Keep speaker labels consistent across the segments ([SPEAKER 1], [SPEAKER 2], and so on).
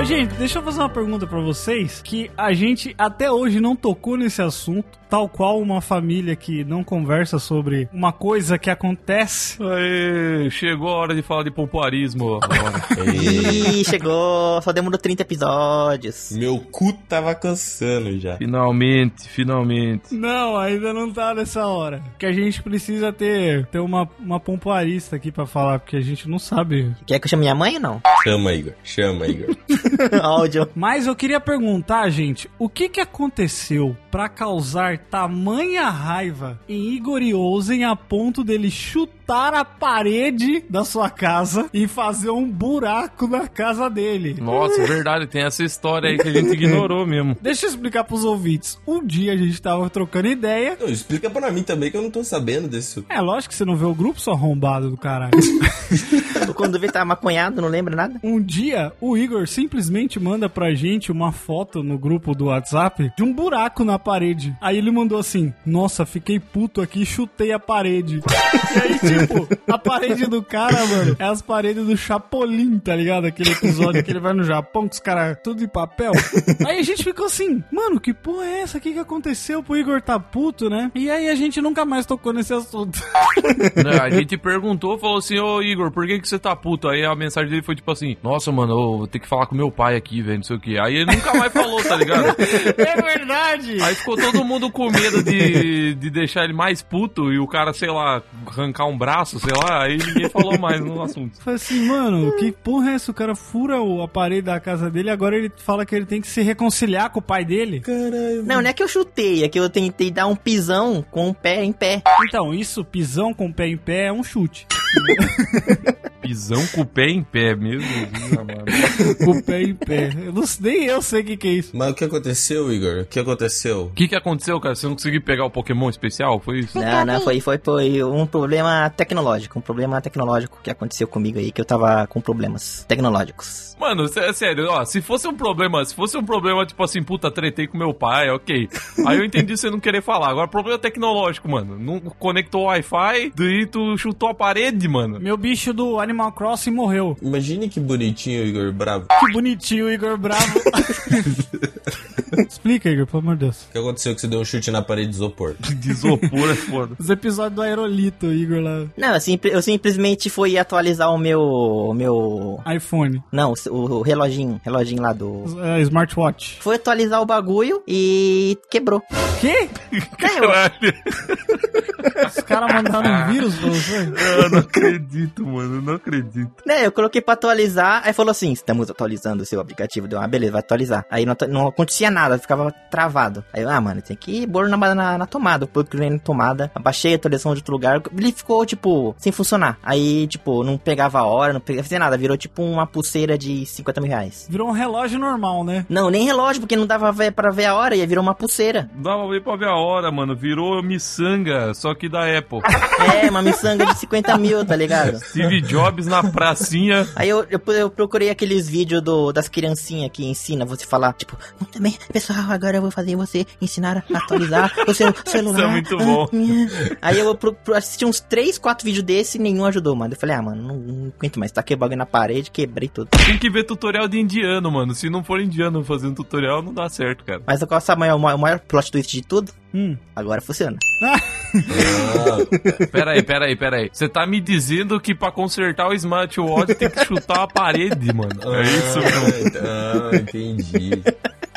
[SPEAKER 1] Ô, gente, deixa eu fazer uma pergunta pra vocês que a gente até hoje não tocou nesse assunto, tal qual uma família que não conversa sobre uma coisa que acontece.
[SPEAKER 2] Aê, chegou a hora de falar de pompoarismo agora.
[SPEAKER 3] Ih, chegou. Só demorou 30 episódios.
[SPEAKER 4] Meu cu tava cansando já.
[SPEAKER 2] finalmente, finalmente.
[SPEAKER 1] Não, ainda não tá nessa hora. Que a gente precisa ter, ter uma, uma pompoarista aqui pra falar, porque a gente não sabe.
[SPEAKER 3] Quer que eu chame minha mãe ou não?
[SPEAKER 4] Chama, Igor. Chama, Igor.
[SPEAKER 3] Áudio.
[SPEAKER 1] Mas eu queria perguntar, gente, o que que aconteceu pra causar tamanha raiva em Igor e Ozen a ponto dele chutar a parede da sua casa e fazer um buraco na casa dele?
[SPEAKER 2] Nossa, é verdade, tem essa história aí que a gente ignorou mesmo.
[SPEAKER 1] Deixa eu explicar pros ouvintes. Um dia a gente tava trocando ideia.
[SPEAKER 4] Não, explica pra mim também que eu não tô sabendo disso.
[SPEAKER 1] É, lógico que você não vê o grupo, só arrombado do caralho.
[SPEAKER 3] Quando vê, tá maconhado, não lembra nada.
[SPEAKER 1] Um dia, o Igor simplesmente manda pra gente uma foto no grupo do WhatsApp de um buraco na parede. Aí ele mandou assim: Nossa, fiquei puto aqui e chutei a parede. e aí, tipo, a parede do cara, mano, é as paredes do Chapolin, tá ligado? Aquele episódio que ele vai no Japão com os caras tudo de papel. Aí a gente ficou assim: Mano, que porra é essa? O que, que aconteceu pro Igor tá puto, né? E aí a gente nunca mais tocou nesse assunto.
[SPEAKER 2] Né, A gente perguntou, falou assim, ô Igor, por que, que você tá puto? Aí a mensagem dele foi tipo assim, nossa, mano, eu vou ter que falar com meu pai aqui, velho, não sei o que. Aí ele nunca mais falou, tá ligado?
[SPEAKER 1] é verdade!
[SPEAKER 2] Aí ficou todo mundo com medo de, de deixar ele mais puto e o cara, sei lá, arrancar um braço, sei lá, aí ninguém falou mais no assunto.
[SPEAKER 1] Falei assim, mano, que porra é essa? O cara fura o aparelho da casa dele e agora ele fala que ele tem que se reconciliar com o pai dele.
[SPEAKER 4] Caralho.
[SPEAKER 3] Não, não é que eu chutei, é que eu tentei dar um pisão com o pé em pé.
[SPEAKER 1] Então, isso, pisão com o pé em pé é um chute.
[SPEAKER 2] Pisão com o pé em pé mesmo. Jesus amado.
[SPEAKER 1] Com o pé em pé. Eu não, nem eu sei o que, que é isso.
[SPEAKER 4] Mas o que aconteceu, Igor? O que aconteceu?
[SPEAKER 2] O que que aconteceu, cara? Você não conseguiu pegar o Pokémon especial? Foi isso?
[SPEAKER 3] Não, não, foi, foi, foi um problema tecnológico. Um problema tecnológico que aconteceu comigo aí, que eu tava com problemas tecnológicos.
[SPEAKER 2] Mano, sé- sério, ó, se fosse um problema, se fosse um problema, tipo assim, puta, tretei com meu pai, ok. Aí eu entendi você não querer falar. Agora, problema tecnológico, mano. Não conectou o Wi-Fi, daí tu chutou a parede, mano.
[SPEAKER 1] Meu bicho do Animal Crossing morreu.
[SPEAKER 4] Imagine que bonitinho, Igor Bravo.
[SPEAKER 1] Que bonitinho, Igor Bravo. Explica, Igor, pelo amor de Deus.
[SPEAKER 4] O que aconteceu que você deu um chute na parede de isopor?
[SPEAKER 2] De isopor é foda.
[SPEAKER 1] Os episódios do Aerolito, Igor lá.
[SPEAKER 3] Não, eu, simp- eu simplesmente fui atualizar o meu. O meu.
[SPEAKER 1] iPhone.
[SPEAKER 3] Não, o, o reloginho. Reloginho lá do.
[SPEAKER 1] É, smartwatch.
[SPEAKER 3] Foi atualizar o bagulho e quebrou. É,
[SPEAKER 1] Que?
[SPEAKER 3] Caiu.
[SPEAKER 2] Caralho,
[SPEAKER 1] Os caras mandaram um vírus pra você?
[SPEAKER 2] eu não acredito, mano, eu não acredito.
[SPEAKER 3] Né, eu coloquei pra atualizar, aí falou assim: estamos atualizando o seu aplicativo. Deu, ah, beleza, vai atualizar. Aí não, atu- não acontecia nada, ficava travado. Aí eu, ah, mano, tem que ir bolo na, na, na tomada. Pôr o na tomada, abaixei a atualização de outro lugar. Ele ficou, tipo, sem funcionar. Aí, tipo, não pegava a hora, não pegava fazia nada. Virou, tipo, uma pulseira de 50 mil reais.
[SPEAKER 1] Virou um relógio normal, né?
[SPEAKER 3] Não, nem relógio, porque não dava ve- pra ver a hora, e aí virou uma pulseira.
[SPEAKER 2] Dava bem pra ver a hora, mano. Virou miçanga, só que da Apple.
[SPEAKER 3] É, uma miçanga de 50 mil, tá ligado?
[SPEAKER 2] Steve Jobs na pracinha.
[SPEAKER 3] Aí eu, eu, eu procurei aqueles vídeos do, das criancinhas que ensina você falar, tipo, muito bem, pessoal, agora eu vou fazer você ensinar a atualizar o seu celular.
[SPEAKER 2] Isso é muito bom.
[SPEAKER 3] Aí eu pro, pro- assisti uns 3, 4 vídeos desse e nenhum ajudou, mano. Eu falei, ah, mano, não, não aguento mais, taquei o bagulho na parede, quebrei tudo.
[SPEAKER 2] Tem que ver tutorial de indiano, mano. Se não for indiano fazendo tutorial, não dá certo, cara.
[SPEAKER 3] Mas qual sabe o maior, o maior plot twist de tudo?
[SPEAKER 1] Hum.
[SPEAKER 3] Agora funciona.
[SPEAKER 4] Ah,
[SPEAKER 2] Pera aí, pera aí, pera aí. Você tá me dizendo que pra consertar o smartwatch tem que chutar a parede, mano. É isso, mano.
[SPEAKER 4] mano. Ah, entendi.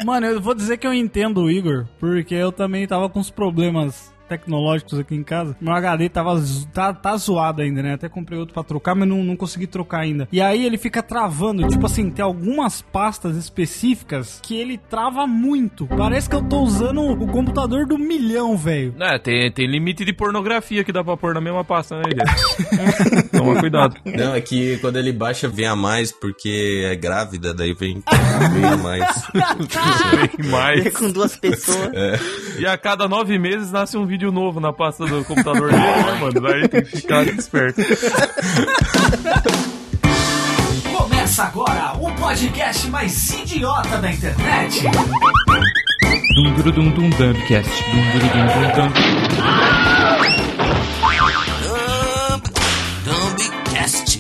[SPEAKER 1] Mano, eu vou dizer que eu entendo o Igor, porque eu também tava com uns problemas tecnológicos aqui em casa. Meu HD tava zo- tá, tá zoado ainda, né? Até comprei outro pra trocar, mas não, não consegui trocar ainda. E aí ele fica travando, tipo assim, tem algumas pastas específicas que ele trava muito. Parece que eu tô usando o computador do milhão, velho.
[SPEAKER 2] É, tem, tem limite de pornografia que dá pra pôr na mesma pasta, né, Guilherme? Toma cuidado.
[SPEAKER 4] Não, é que quando ele baixa, vem a mais, porque é grávida, daí vem, vem a mais.
[SPEAKER 2] Tem mais.
[SPEAKER 3] Com duas pessoas.
[SPEAKER 2] E a cada nove meses nasce um vídeo novo na pasta do computador dele, né, mano? Daí tem que ficar esperto.
[SPEAKER 1] Começa agora o podcast mais idiota da internet.
[SPEAKER 5] Dum dum dum dum dumbcast. Dum dum dum dum dum.
[SPEAKER 1] Dumbcast.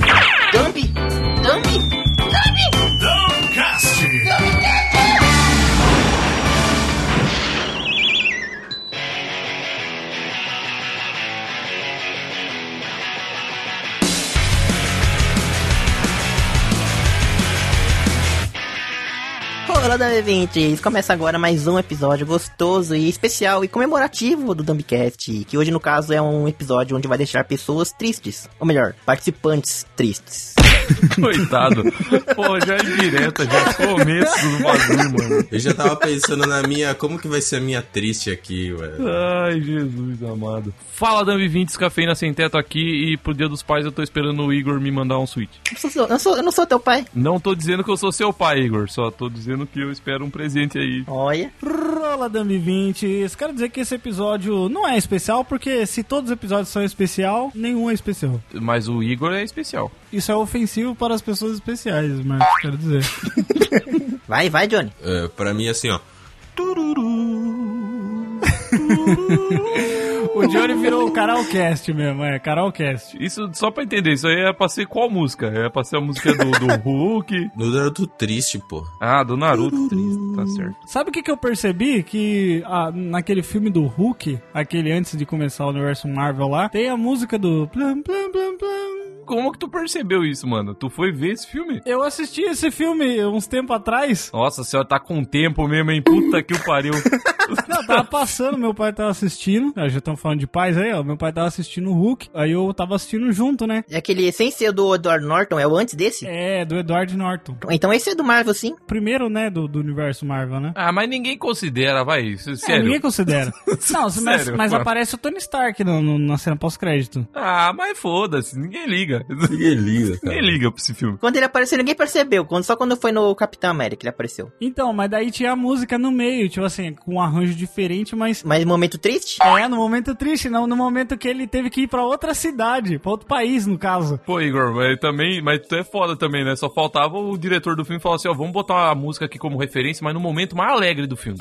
[SPEAKER 3] Olá, Dumbcast! Começa agora mais um episódio gostoso e especial e comemorativo do Dumbcast, que hoje, no caso, é um episódio onde vai deixar pessoas tristes. Ou melhor, participantes tristes.
[SPEAKER 2] Coitado. Pô, já é direta, já começo do bagulho, mano.
[SPEAKER 4] Eu já tava pensando na minha. Como que vai ser a minha triste aqui, ué?
[SPEAKER 2] Ai, Jesus amado. Fala, Dambi 20, Cafeína Sem Teto aqui e pro Dia dos Pais eu tô esperando o Igor me mandar um switch.
[SPEAKER 3] Eu, sou- eu sou- eu não sou teu pai.
[SPEAKER 2] Não tô dizendo que eu sou seu pai, Igor, só tô dizendo que eu espero um presente aí.
[SPEAKER 3] Olha.
[SPEAKER 1] Rola Dumb 20. Quero dizer que esse episódio não é especial, porque se todos os episódios são especial, nenhum é especial.
[SPEAKER 2] Mas o Igor é especial.
[SPEAKER 1] Isso é ofensivo para as pessoas especiais, mas quero dizer.
[SPEAKER 3] Vai, vai, Johnny.
[SPEAKER 4] É, pra mim, assim, ó.
[SPEAKER 1] O Johnny virou o Caralcast mesmo, é, Caralcast.
[SPEAKER 2] Isso, só pra entender, isso aí é pra ser qual música? É pra ser a música do, do Hulk?
[SPEAKER 4] No Naruto triste, pô.
[SPEAKER 2] Ah, do Naruto. Triste, tá certo.
[SPEAKER 1] Sabe o que, que eu percebi? Que ah, naquele filme do Hulk, aquele antes de começar o universo Marvel lá, tem a música do Plam Plam Plam Plam.
[SPEAKER 2] Como que tu percebeu isso, mano? Tu foi ver esse filme?
[SPEAKER 1] Eu assisti esse filme uns tempo atrás.
[SPEAKER 2] Nossa senhora, tá com tempo mesmo, hein? Puta que o pariu.
[SPEAKER 1] Não, Ah, tava passando, meu pai tava assistindo. Ah, já estamos falando de pais aí, ó. Meu pai tava assistindo o Hulk, aí eu tava assistindo junto, né?
[SPEAKER 3] É aquele, sem ser do Edward Norton, é o antes desse?
[SPEAKER 1] É, do Edward Norton.
[SPEAKER 3] Então esse é do Marvel, sim.
[SPEAKER 1] Primeiro, né, do, do universo Marvel, né?
[SPEAKER 2] Ah, mas ninguém considera, vai. s-
[SPEAKER 1] É,
[SPEAKER 2] Sério.
[SPEAKER 1] ninguém considera. Não, mas,
[SPEAKER 2] Sério,
[SPEAKER 1] mas
[SPEAKER 2] mano.
[SPEAKER 1] aparece o Tony Stark no- no- na cena pós-crédito.
[SPEAKER 2] Ah, mas foda-se, ninguém liga.
[SPEAKER 4] Ninguém liga, cara.
[SPEAKER 2] Ninguém liga pra esse filme.
[SPEAKER 3] Quando ele apareceu, ninguém percebeu. Quando, só quando foi no Capitão América ele apareceu.
[SPEAKER 1] Então, mas daí tinha a música no meio, tipo assim, com um arranjo diferente, mas.
[SPEAKER 3] Mas momento triste?
[SPEAKER 1] É, no momento triste, não, no momento que ele teve que ir pra outra cidade, pra outro país, no caso.
[SPEAKER 2] Pô, Igor, mas também, mas tu é foda também, né? Só faltava o diretor do filme falar assim, ó, vamos botar uma música aqui como referência, mas no momento mais alegre do filme.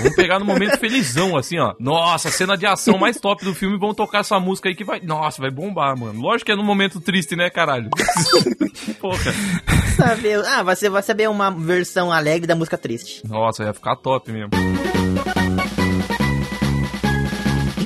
[SPEAKER 2] vamos pegar no momento felizão, assim, ó. Nossa, cena de ação mais top do filme, vamos tocar essa música aí que vai... Nossa, vai bombar, mano. Lógico que é no momento triste, né, caralho? Porra.
[SPEAKER 3] Sabe, ah, você vai saber uma versão alegre da música triste.
[SPEAKER 2] Nossa, ia ficar top mesmo.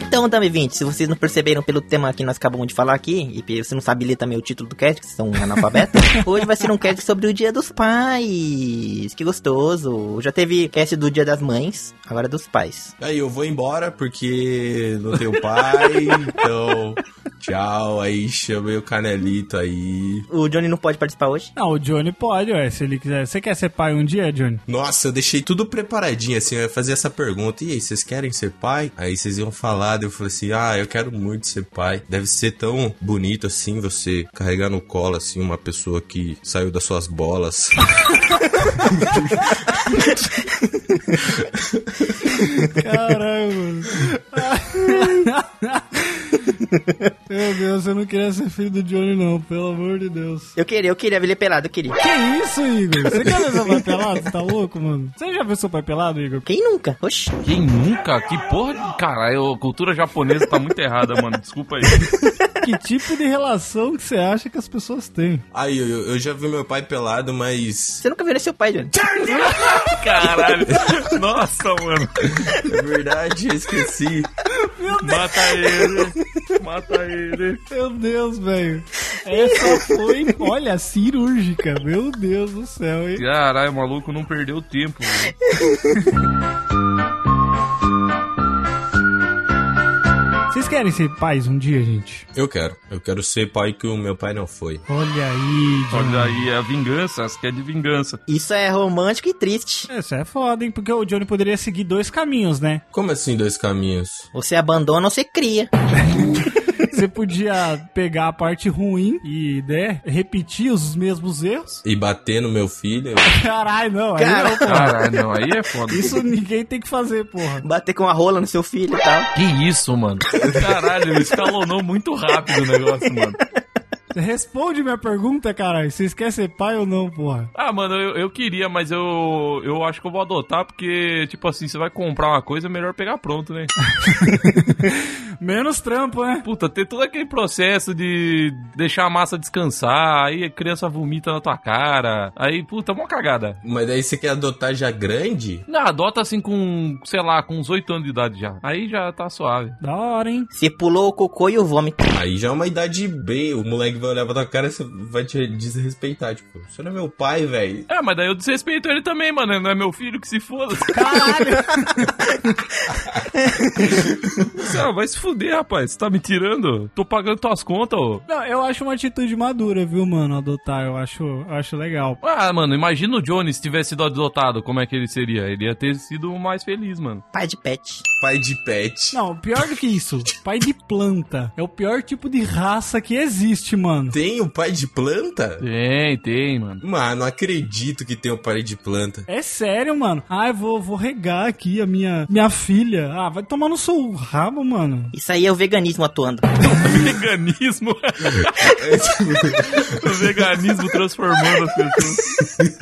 [SPEAKER 3] Então, Dami 20, se vocês não perceberam pelo tema que nós acabamos de falar aqui, e pe- você não sabe ler também o título do cast, que vocês são analfabetos, hoje vai ser um cast sobre o Dia dos Pais. Que gostoso. Já teve cast do Dia das Mães, agora é dos pais.
[SPEAKER 4] Aí eu vou embora porque não tenho pai, então. Tchau, aí chamei o Canelito aí.
[SPEAKER 3] O Johnny não pode participar hoje.
[SPEAKER 1] Não, Ah, o Johnny pode, ué, se ele quiser. Você quer ser pai um dia, Johnny?
[SPEAKER 4] Nossa, eu deixei tudo preparadinho, assim, eu ia fazer essa pergunta. E aí, vocês querem ser pai? Aí vocês iam falar, daí eu falei assim, ah, eu quero muito ser pai. Deve ser tão bonito, assim, você carregar no colo, assim, uma pessoa que saiu das suas bolas.
[SPEAKER 1] Caramba. Meu Deus, eu não queria ser filho do Johnny, não, pelo amor de Deus.
[SPEAKER 3] Eu queria, eu queria ver ele pelado, eu queria.
[SPEAKER 1] Que isso, Igor? Você quer ver seu pai pelado? Você tá louco, mano? Você já viu seu pai pelado, Igor?
[SPEAKER 3] Quem nunca? Oxi.
[SPEAKER 2] Quem nunca? Que porra de... Caralho, a cultura japonesa tá muito errada, mano. Desculpa aí.
[SPEAKER 1] Que tipo de relação que você acha que as pessoas têm?
[SPEAKER 4] aí eu, eu já vi meu pai pelado, mas.
[SPEAKER 3] Você nunca viu seu pai, Johnny.
[SPEAKER 2] Caralho. Nossa, mano.
[SPEAKER 4] É verdade, eu esqueci.
[SPEAKER 2] Mata ele. Mata ele.
[SPEAKER 1] Meu Deus, velho. Essa foi, olha, cirúrgica. Meu Deus do céu, hein?
[SPEAKER 2] Caralho, o maluco não perdeu tempo. velho.
[SPEAKER 1] Vocês querem ser pais um dia, gente?
[SPEAKER 4] Eu quero. Eu quero ser pai que o meu pai não foi.
[SPEAKER 1] Olha aí, Johnny.
[SPEAKER 2] Olha aí, a vingança, as que é de vingança.
[SPEAKER 3] Isso é romântico e triste.
[SPEAKER 1] Isso é foda, hein? Porque o Johnny poderia seguir dois caminhos, né?
[SPEAKER 4] Como assim, dois caminhos?
[SPEAKER 3] Você abandona ou você cria.
[SPEAKER 1] Você podia pegar a parte ruim e, né, repetir os mesmos erros.
[SPEAKER 4] E bater no meu filho?
[SPEAKER 1] Caralho, não. Aí
[SPEAKER 3] Cara.
[SPEAKER 1] não, porra.
[SPEAKER 2] Caralho, não, aí é foda.
[SPEAKER 1] Isso ninguém tem que fazer, porra.
[SPEAKER 3] Bater com a rola no seu filho e tal.
[SPEAKER 2] Que isso, mano? Caralho, escalonou muito rápido o negócio, mano.
[SPEAKER 1] Responde minha pergunta, caralho. Vocês querem ser pai ou não, porra?
[SPEAKER 2] Ah, mano, eu, eu queria, mas eu, eu acho que eu vou adotar, porque, tipo assim, você vai comprar uma coisa, é melhor pegar pronto, né?
[SPEAKER 1] Menos trampo, né?
[SPEAKER 2] Puta, tem todo aquele processo de deixar a massa descansar, aí a criança vomita na tua cara, aí, puta, mó cagada.
[SPEAKER 4] Mas daí você quer adotar já grande?
[SPEAKER 2] Não, adota assim com, sei lá, com uns 8 anos de idade já. Aí já tá suave.
[SPEAKER 1] Da hora, hein?
[SPEAKER 3] Você pulou o cocô e o vômito.
[SPEAKER 4] Aí já é uma idade bem. O moleque vai olhar pra tua cara e você vai te desrespeitar. Tipo, você não é meu pai, velho.
[SPEAKER 2] É, mas daí eu desrespeito ele também, mano. Não é meu filho que se foda.
[SPEAKER 3] Caralho!
[SPEAKER 2] Não, assim, vai se fuder, rapaz. Você tá me tirando? Tô pagando tuas contas, ô.
[SPEAKER 1] Não, eu acho uma atitude madura, viu, mano, adotar. Eu acho, eu acho legal.
[SPEAKER 2] Ah, mano, imagina o Johnny se tivesse sido adotado, como é que ele seria? Ele ia ter sido mais feliz, mano.
[SPEAKER 3] Pai de pet.
[SPEAKER 4] Pai de pet.
[SPEAKER 1] Não, pior do que isso, pai de planta. É o pior tipo de raça que existe, mano.
[SPEAKER 4] Tem o pai de planta?
[SPEAKER 2] Tem, tem, mano.
[SPEAKER 4] Mano, não acredito que tem o pai de planta.
[SPEAKER 1] É sério, mano. Ah, eu vou, vou regar aqui a minha, minha filha. Ah, vai tomar no seu rabo, mano.
[SPEAKER 3] Isso aí é o veganismo atuando.
[SPEAKER 2] Veganismo. o veganismo transformando as pessoas.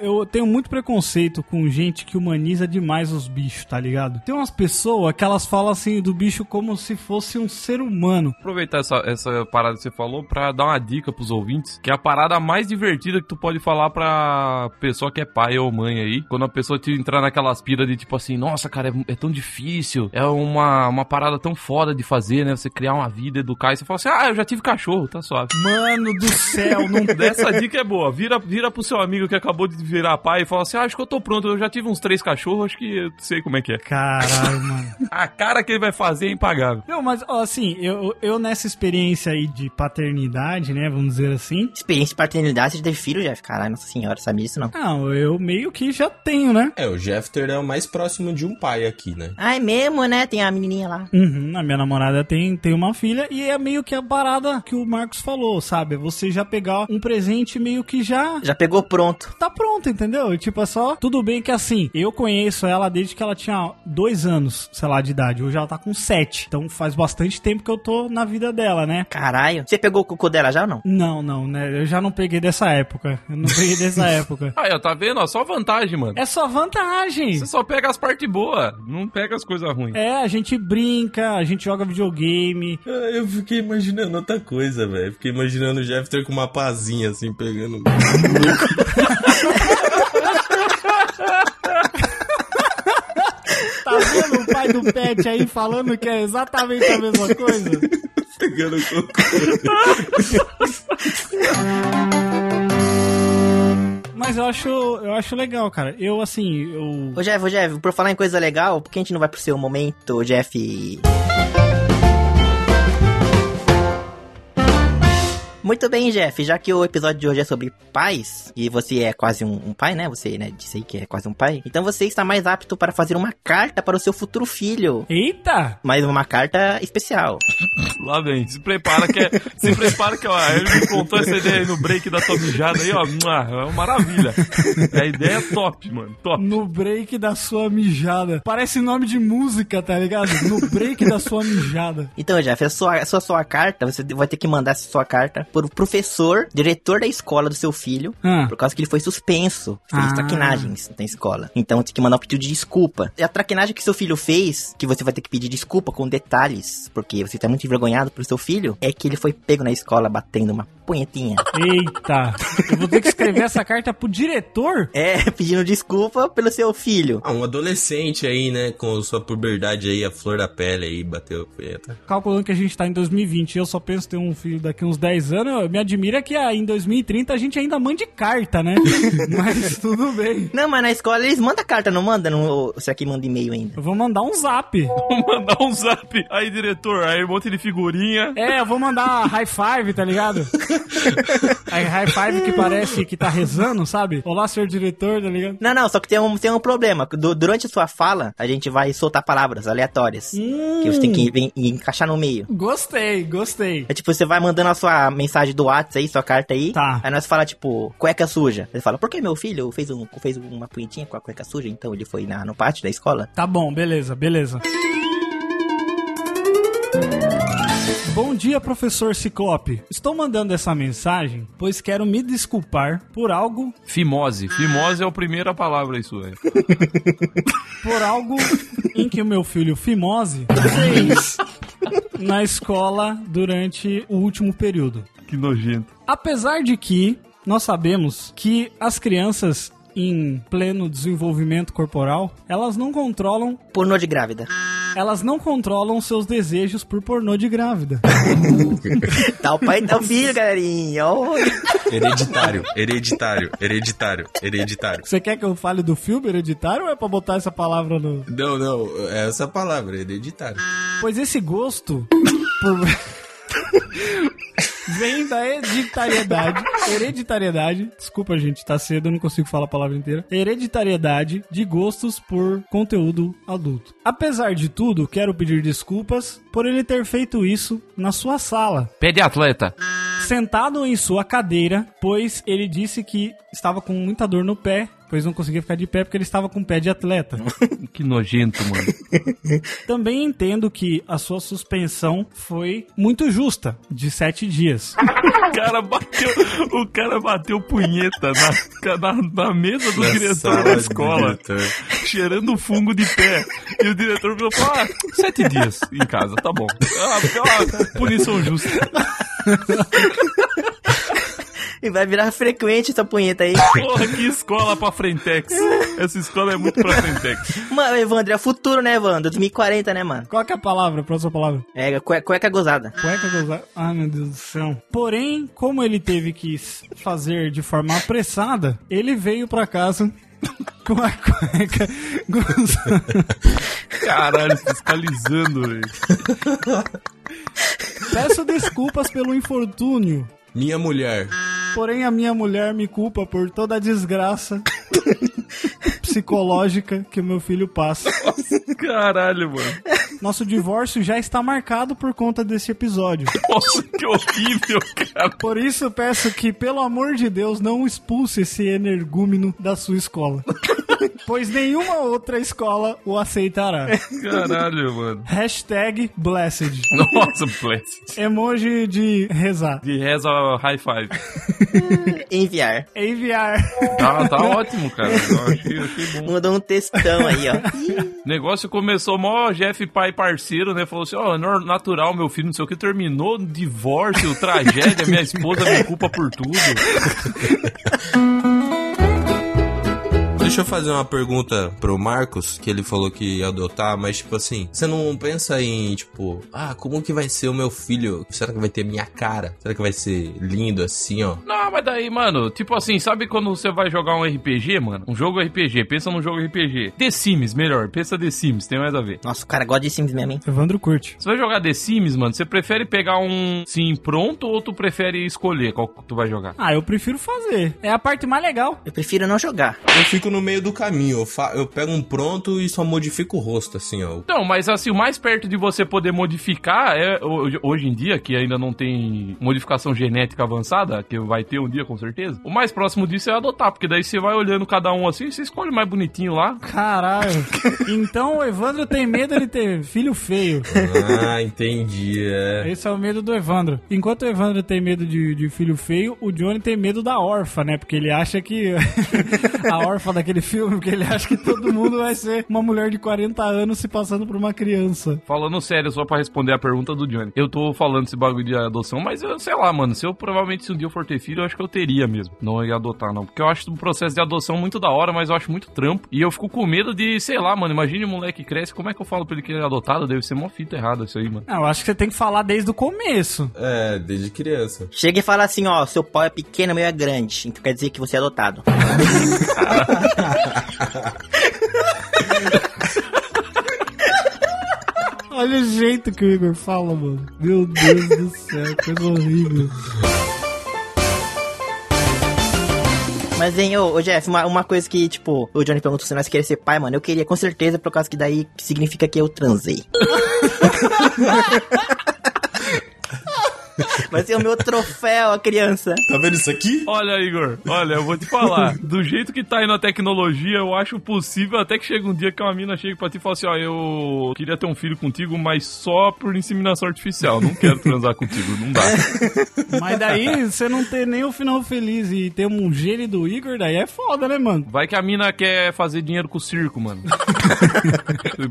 [SPEAKER 1] Eu tenho muito preconceito com gente que humaniza demais os bichos, tá ligado? Tem umas pessoas que elas falam assim do bicho como se fosse um ser humano.
[SPEAKER 2] Aproveitar essa, essa parada que você falou pra dar uma dica pros ouvintes, que é a parada mais divertida que tu pode falar pra pessoa que é pai ou mãe aí. Quando a pessoa te entrar naquela aspira de tipo assim, nossa, cara, é, é tão difícil, é uma, uma parada tão foda de fazer, né? Você criar uma vida, educar, e você fala assim, ah, eu já tive cachorro, tá suave.
[SPEAKER 1] Mano do céu, não
[SPEAKER 2] Essa dica é boa. Vira, vira pro seu amigo que acabou de virar pai e fala assim: ah, acho que eu tô pronto, eu já tive uns três cachorros, acho que eu sei como é que é.
[SPEAKER 1] Caralho, mano.
[SPEAKER 2] A cara que ele vai fazer é impagável.
[SPEAKER 1] Não, mas ó, assim, eu, eu nessa experiência aí de paternidade, né, vamos dizer assim.
[SPEAKER 3] Experiência de paternidade, você teve filho, Jeff? Caralho, nossa senhora, sabia isso não?
[SPEAKER 1] Não, eu meio que já tenho, né?
[SPEAKER 4] É, o Jeffter é o mais próximo de um pai aqui, né?
[SPEAKER 3] Ah, é mesmo, né? Tem a menininha lá.
[SPEAKER 1] Uhum, a minha namorada tem, tem uma filha e é meio que a parada que o Marcos falou, sabe? É Você já pegar um presente meio que já
[SPEAKER 3] Já pegou pronto.
[SPEAKER 1] tá pronto, entendeu? E, Tipo, é só. Tudo bem que assim, eu conheço ela desde que ela tinha dois anos, sei lá, de idade. Hoje ela tá com sete. Então faz bastante tempo que eu tô na vida dela, né?
[SPEAKER 3] Caralho. Você pegou o cocô dela já ou não?
[SPEAKER 1] Não, não, né? Eu já não peguei dessa época. Eu não peguei dessa época.
[SPEAKER 2] Aí, ó, tá vendo? Ó, só vantagem, mano.
[SPEAKER 1] É só vantagem.
[SPEAKER 2] Você só pega as partes boas, não pega as coisas ruins.
[SPEAKER 1] É, a gente brinca, a gente joga videogame.
[SPEAKER 4] Ah, Eu fiquei imaginando outra coisa, velho. Fiquei imaginando o Jeffter com uma pazinha assim, pegando.
[SPEAKER 1] Tá vendo o pai do Pet aí falando que é exatamente a mesma coisa?
[SPEAKER 4] pegando o cocô.
[SPEAKER 1] Mas eu acho, eu acho legal, cara. Eu, assim, eu.
[SPEAKER 3] Ô, Jeff, ô, Jeff, por falar em coisa legal, por que a gente não vai pro seu momento, Jeff? Muito bem, Jeff, já que o episódio de hoje é sobre pais, e você é quase um, um pai, né? Você, né, disse aí que é quase um pai. Então você está mais apto para fazer uma carta para o seu futuro filho.
[SPEAKER 1] Eita!
[SPEAKER 3] Mas uma carta especial.
[SPEAKER 2] Lá vem. Se prepara que é. se prepara que, ó, ele me contou essa ideia aí no break da tua mijada aí, ó. mua, É uma maravilha. A ideia é top, mano. Top.
[SPEAKER 1] No break da sua mijada. Parece nome de música, tá ligado? No break da sua mijada.
[SPEAKER 3] Então, Jeff, a sua, a sua, sua carta, você vai ter que mandar essa sua carta para o professor, diretor da escola do seu filho,
[SPEAKER 1] Ah.
[SPEAKER 3] por causa que ele foi suspenso, fez
[SPEAKER 1] Ah.
[SPEAKER 3] traquinagens na escola. Então, tem que mandar um pedido de desculpa. E a traquinagem que seu filho fez, que você vai ter que pedir desculpa com detalhes, porque você tá muito envergonhado pro seu filho, é que ele foi pego na escola batendo uma punhetinha.
[SPEAKER 1] Eita! Eu vou ter que escrever essa carta pro diretor?
[SPEAKER 3] É, pedindo desculpa pelo seu filho.
[SPEAKER 4] Ah, um adolescente aí, né? Com sua puberdade aí, a flor da pele aí, bateu a punheta.
[SPEAKER 1] Calculando que a gente tá em 2020 eu só penso ter um filho daqui uns 10 anos, eu- me admira que ah, em 2030 a gente ainda mande carta, né? Mas tudo bem.
[SPEAKER 3] Não, mas na escola eles mandam carta, não manda? Não, ou será que manda e-mail ainda?
[SPEAKER 1] Eu vou mandar um zap.
[SPEAKER 2] Vou mandar um zap. Aí, diretor, aí um monte de figurinha.
[SPEAKER 1] É, eu vou mandar high five, tá ligado? Aí high five que parece que tá rezando, sabe? Olá, senhor diretor, tá ligado?
[SPEAKER 3] Não, não, só que tem um, tem um problema. Du- durante a sua fala, a gente vai soltar palavras aleatórias. Que você tem que en- encaixar no meio.
[SPEAKER 1] Gostei, gostei.
[SPEAKER 3] É tipo, você vai mandando a sua mensagem do WhatsApp aí, sua carta aí.
[SPEAKER 1] Tá.
[SPEAKER 3] Aí nós fala, tipo, cueca suja. Você fala, por que meu filho fez, um, fez uma punhetinha com a cueca suja? Então ele foi na, no pátio da escola?
[SPEAKER 1] Tá bom, beleza, beleza. Bom dia, professor Ciclope. Estou mandando essa mensagem, pois quero me desculpar por algo,
[SPEAKER 2] Fimose. Fimose é a primeira palavra isso, velho.
[SPEAKER 1] por algo em que o meu filho Fimose na escola durante o último período.
[SPEAKER 2] Que nojento.
[SPEAKER 1] Apesar de que nós sabemos que as crianças em pleno desenvolvimento corporal, elas não controlam,
[SPEAKER 3] Pornô de grávida.
[SPEAKER 1] elas não controlam seus desejos por pornô de grávida.
[SPEAKER 3] Tá o pai, tá o filho, galerinha. Ó,
[SPEAKER 4] Hereditário, hereditário, hereditário, hereditário.
[SPEAKER 1] Você quer que eu fale do filme hereditário ou é pra botar essa palavra no.
[SPEAKER 4] Não, não, é essa palavra, hereditário.
[SPEAKER 1] Pois esse gosto por- vem da hereditariedade. Hereditariedade. Desculpa, gente, tá cedo, eu não consigo falar a palavra inteira. Hereditariedade de gostos por conteúdo adulto. Apesar de tudo, quero pedir desculpas por ele ter feito isso na sua sala,
[SPEAKER 2] Pede atleta.
[SPEAKER 1] sentado em sua cadeira, pois ele disse que estava com muita dor no pé. Pois não conseguia ficar de pé porque ele estava com pé de atleta.
[SPEAKER 2] Que nojento, mano.
[SPEAKER 1] Também entendo que a sua suspensão foi muito justa, de sete dias.
[SPEAKER 2] O cara bateu, o cara bateu punheta na, na, na mesa do diretor da escola, cheirando fungo de pé. E o diretor falou: ah, sete dias em casa, tá bom. Ah, ah, punição justa.
[SPEAKER 3] e vai virar frequente essa punheta aí.
[SPEAKER 2] Porra, que escola pra Frentex. Essa escola é muito pra Frentex.
[SPEAKER 3] Mano, Evandro, é o futuro, né, Evandro? 2040, né, mano?
[SPEAKER 1] Qual que é a palavra? A próxima palavra.
[SPEAKER 3] É, cueca, cueca gozada.
[SPEAKER 1] Cueca gozada. é, Ai, meu Deus do céu. Porém, como ele teve que s- fazer de forma apressada, ele veio pra casa com a cueca gozada.
[SPEAKER 2] Caralho, fiscalizando, velho.
[SPEAKER 1] Peço desculpas pelo infortúnio.
[SPEAKER 4] Minha mulher.
[SPEAKER 1] Porém, a minha mulher me culpa por toda a desgraça psicológica que o meu filho passa.
[SPEAKER 2] Caralho, mano.
[SPEAKER 1] Nosso divórcio já está marcado por conta desse episódio.
[SPEAKER 2] Nossa, que horrível, cara.
[SPEAKER 1] Por isso peço que, pelo amor de Deus, não expulse esse energúmeno da sua escola. pois nenhuma outra escola o aceitará.
[SPEAKER 2] Caralho, mano.
[SPEAKER 1] Hashtag blessed.
[SPEAKER 2] Nossa, bless.
[SPEAKER 1] Emoji de rezar.
[SPEAKER 2] De reza high five.
[SPEAKER 3] Enviar.
[SPEAKER 1] Enviar.
[SPEAKER 2] Tá, tá ótimo, cara. Eu achei, achei bom.
[SPEAKER 3] Mandou um textão aí, ó.
[SPEAKER 2] O negócio começou mó Jeff pai parceiro, né? Falou assim, ó, é nor- natural, meu filho, não sei o que, terminou o divórcio, tragédia, minha esposa me culpa por tudo.
[SPEAKER 4] Deixa eu fazer uma pergunta pro Marcos, que ele falou que ia adotar, mas tipo assim, você não pensa em, tipo, ah, como que vai ser o meu filho? Será que vai ter minha cara? Será que vai ser lindo assim, ó?
[SPEAKER 2] Não, mas daí, mano, tipo assim, sabe quando você vai jogar um RPG, mano? Um jogo RPG, pensa num jogo RPG. The Sims, melhor, pensa The Sims, tem mais a ver.
[SPEAKER 3] Nossa, o cara gosta de Sims mesmo, hein?
[SPEAKER 1] Evandro curte.
[SPEAKER 2] Você vai jogar The Sims, mano, você prefere pegar um sim pronto ou tu prefere escolher qual que tu vai jogar?
[SPEAKER 1] Ah, eu prefiro fazer. É a parte mais legal.
[SPEAKER 3] Eu prefiro não jogar.
[SPEAKER 4] Eu fico no meio do caminho, eu, fa- eu pego um pronto e só modifico o rosto, assim, ó.
[SPEAKER 2] Não, mas assim, o mais perto de você poder modificar é ho- hoje em dia, que ainda não tem modificação genética avançada, que vai ter um dia com certeza. O mais próximo disso é adotar, porque daí você vai olhando cada um assim, você escolhe o mais bonitinho lá.
[SPEAKER 1] Caralho. Então o Evandro tem medo de ter filho feio.
[SPEAKER 4] Ah, entendi, é.
[SPEAKER 1] Esse é o medo do Evandro. Enquanto o Evandro tem medo de, de filho feio, o Johnny tem medo da órfã, né? Porque ele acha que. a órfã daquele filme, porque ele acha que todo mundo vai ser uma mulher de 40 anos se passando por uma criança.
[SPEAKER 2] Falando sério, só pra responder a pergunta do Johnny. Eu tô falando esse bagulho de adoção, mas eu sei lá, mano. Se eu provavelmente se um dia eu for ter filho, eu acho que eu teria mesmo. Não ia adotar, não. Porque eu acho o processo de adoção muito da hora, mas eu acho muito trampo. E eu fico com medo de, sei lá, mano. Imagine o moleque cresce, como é que eu falo pra ele que ele é adotado? Deve ser mó fita errada isso aí, mano.
[SPEAKER 1] Não, Ah, eu acho que você tem que falar desde o começo.
[SPEAKER 4] É, desde criança.
[SPEAKER 3] Chega e fala assim, ó, seu pau é pequeno, meu é grande. Então quer dizer que você é adotado.
[SPEAKER 1] Olha o jeito que o Igor fala, mano. Meu Deus do céu, coisa horrível.
[SPEAKER 3] Mas, hein, ô, ô, Jeff, uma, uma coisa que, tipo, o Johnny perguntou se nós queria ser pai, mano. Eu queria, com certeza, por causa que daí significa que eu transei. Vai ser o meu troféu, a criança.
[SPEAKER 4] Tá vendo isso aqui?
[SPEAKER 2] Olha, Igor, olha, eu vou te falar. Do jeito que tá indo a tecnologia, eu acho possível até que chega um dia que uma mina chega pra ti e fala assim: ó, eu queria ter um filho contigo, mas só por inseminação artificial. Não quero transar contigo, não dá.
[SPEAKER 1] Mas daí você não ter nem o final feliz e ter um gene do Igor, daí é foda, né, mano?
[SPEAKER 2] Vai que a mina quer fazer dinheiro com o circo, mano.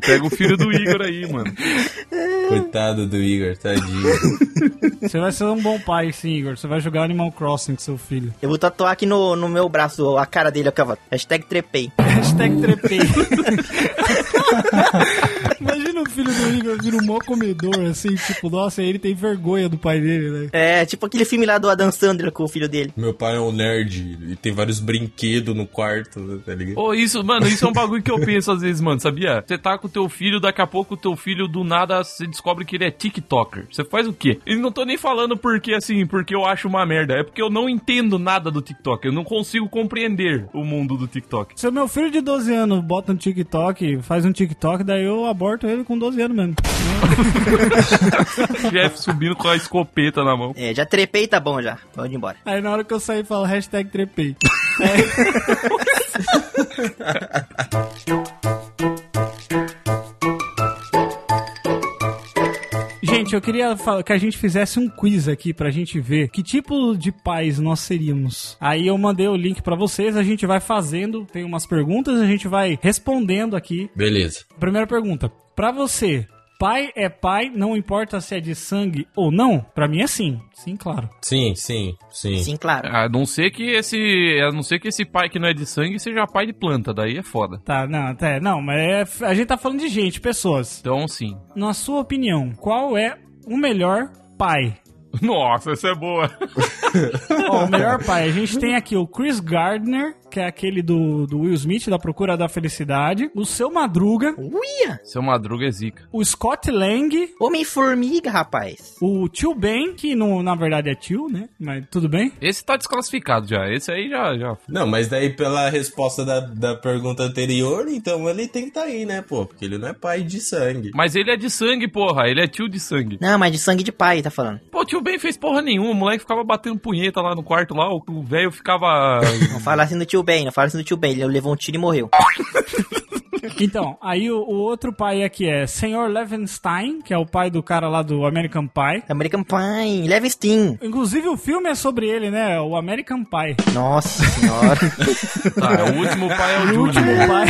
[SPEAKER 2] Pega o filho do Igor aí, mano.
[SPEAKER 4] Coitado do Igor, tadinho.
[SPEAKER 1] Você vai ser um bom pai, sim, Igor. Você vai jogar Animal Crossing com seu filho.
[SPEAKER 3] Eu vou tatuar aqui no, no meu braço a cara dele, ó, que eu vou- hashtag trepei.
[SPEAKER 1] Hashtag trepei. Imagina o filho do Igor vira um mó comedor, assim, tipo, nossa, ele tem vergonha do pai dele, né?
[SPEAKER 3] É, tipo aquele filme lá do Adam Sandler com o filho dele.
[SPEAKER 4] Meu pai é um nerd e tem vários brinquedos no quarto, né, tá ligado?
[SPEAKER 2] Ô, isso, mano, isso é um bagulho que eu penso às vezes, mano, sabia? Você tá com o teu filho, daqui a pouco o teu filho do nada se descobre que ele é TikToker. Você faz o quê? E não tô nem falando porque, assim, porque eu acho uma merda. É porque eu não entendo nada do TikTok. Eu não consigo compreender o mundo do TikTok.
[SPEAKER 1] Se o meu filho de 12 anos bota um TikTok, faz um TikTok, daí eu aborto ele com 12 anos mesmo.
[SPEAKER 2] Jeff subindo com a escopeta na mão.
[SPEAKER 3] É, já trepei, tá bom já. Pode ir embora.
[SPEAKER 1] Aí na hora que eu sair, fala hashtag trepei. Gente, eu queria fa- que a gente fizesse um quiz aqui pra gente ver que tipo de pais nós seríamos. Aí eu mandei o link pra vocês, a gente vai fazendo, tem umas perguntas, a gente vai respondendo aqui.
[SPEAKER 4] Beleza.
[SPEAKER 1] Primeira pergunta, pra você, pai é pai, não importa se é de sangue ou não? Pra mim é sim. Sim, claro.
[SPEAKER 4] Sim, sim, sim.
[SPEAKER 3] Sim, claro.
[SPEAKER 2] A não ser que esse. A não ser que esse pai que não é de sangue seja pai de planta, daí é foda.
[SPEAKER 1] Tá, não, tá, não, mas é- a gente tá falando de gente, pessoas.
[SPEAKER 2] Então sim.
[SPEAKER 1] Na sua opinião, qual é o melhor pai?
[SPEAKER 2] Nossa, essa é boa.
[SPEAKER 1] Ó, o melhor pai, a gente tem aqui o Chris Gardner, que é aquele do, do Will Smith, da Procura da Felicidade, o Seu Madruga,
[SPEAKER 3] Uia!
[SPEAKER 2] Seu madruga é zica.
[SPEAKER 1] o Scott Lang,
[SPEAKER 3] Homem-formiga, rapaz.
[SPEAKER 1] o Tio Ben, que não, na verdade é tio, né? Mas tudo bem.
[SPEAKER 2] Esse tá desclassificado já. Esse aí já. já...
[SPEAKER 4] Não, mas daí pela resposta da, da pergunta anterior, então ele tem que tá aí, né, pô? Porque ele não é pai de sangue.
[SPEAKER 2] Mas ele é de sangue, porra. Ele é tio de sangue.
[SPEAKER 3] Não, mas de sangue de pai, tá falando.
[SPEAKER 2] Pô, o tio Ben fez porra nenhuma. O moleque ficava batendo punheta lá no quarto lá. O o velho ficava.
[SPEAKER 3] Não fala assim do tio Ben, não fala assim do tio Ben. Ele levou um tiro e morreu.
[SPEAKER 1] Então, aí o, o outro pai aqui é Sr. Levenstein, que é o pai do cara lá do American Pie.
[SPEAKER 3] American Pie, Leve Steam.
[SPEAKER 1] Inclusive o filme é sobre ele, né? O American Pie.
[SPEAKER 3] Nossa senhora.
[SPEAKER 2] Tá, é o último pai é o
[SPEAKER 1] O último
[SPEAKER 2] Júlio.
[SPEAKER 1] pai.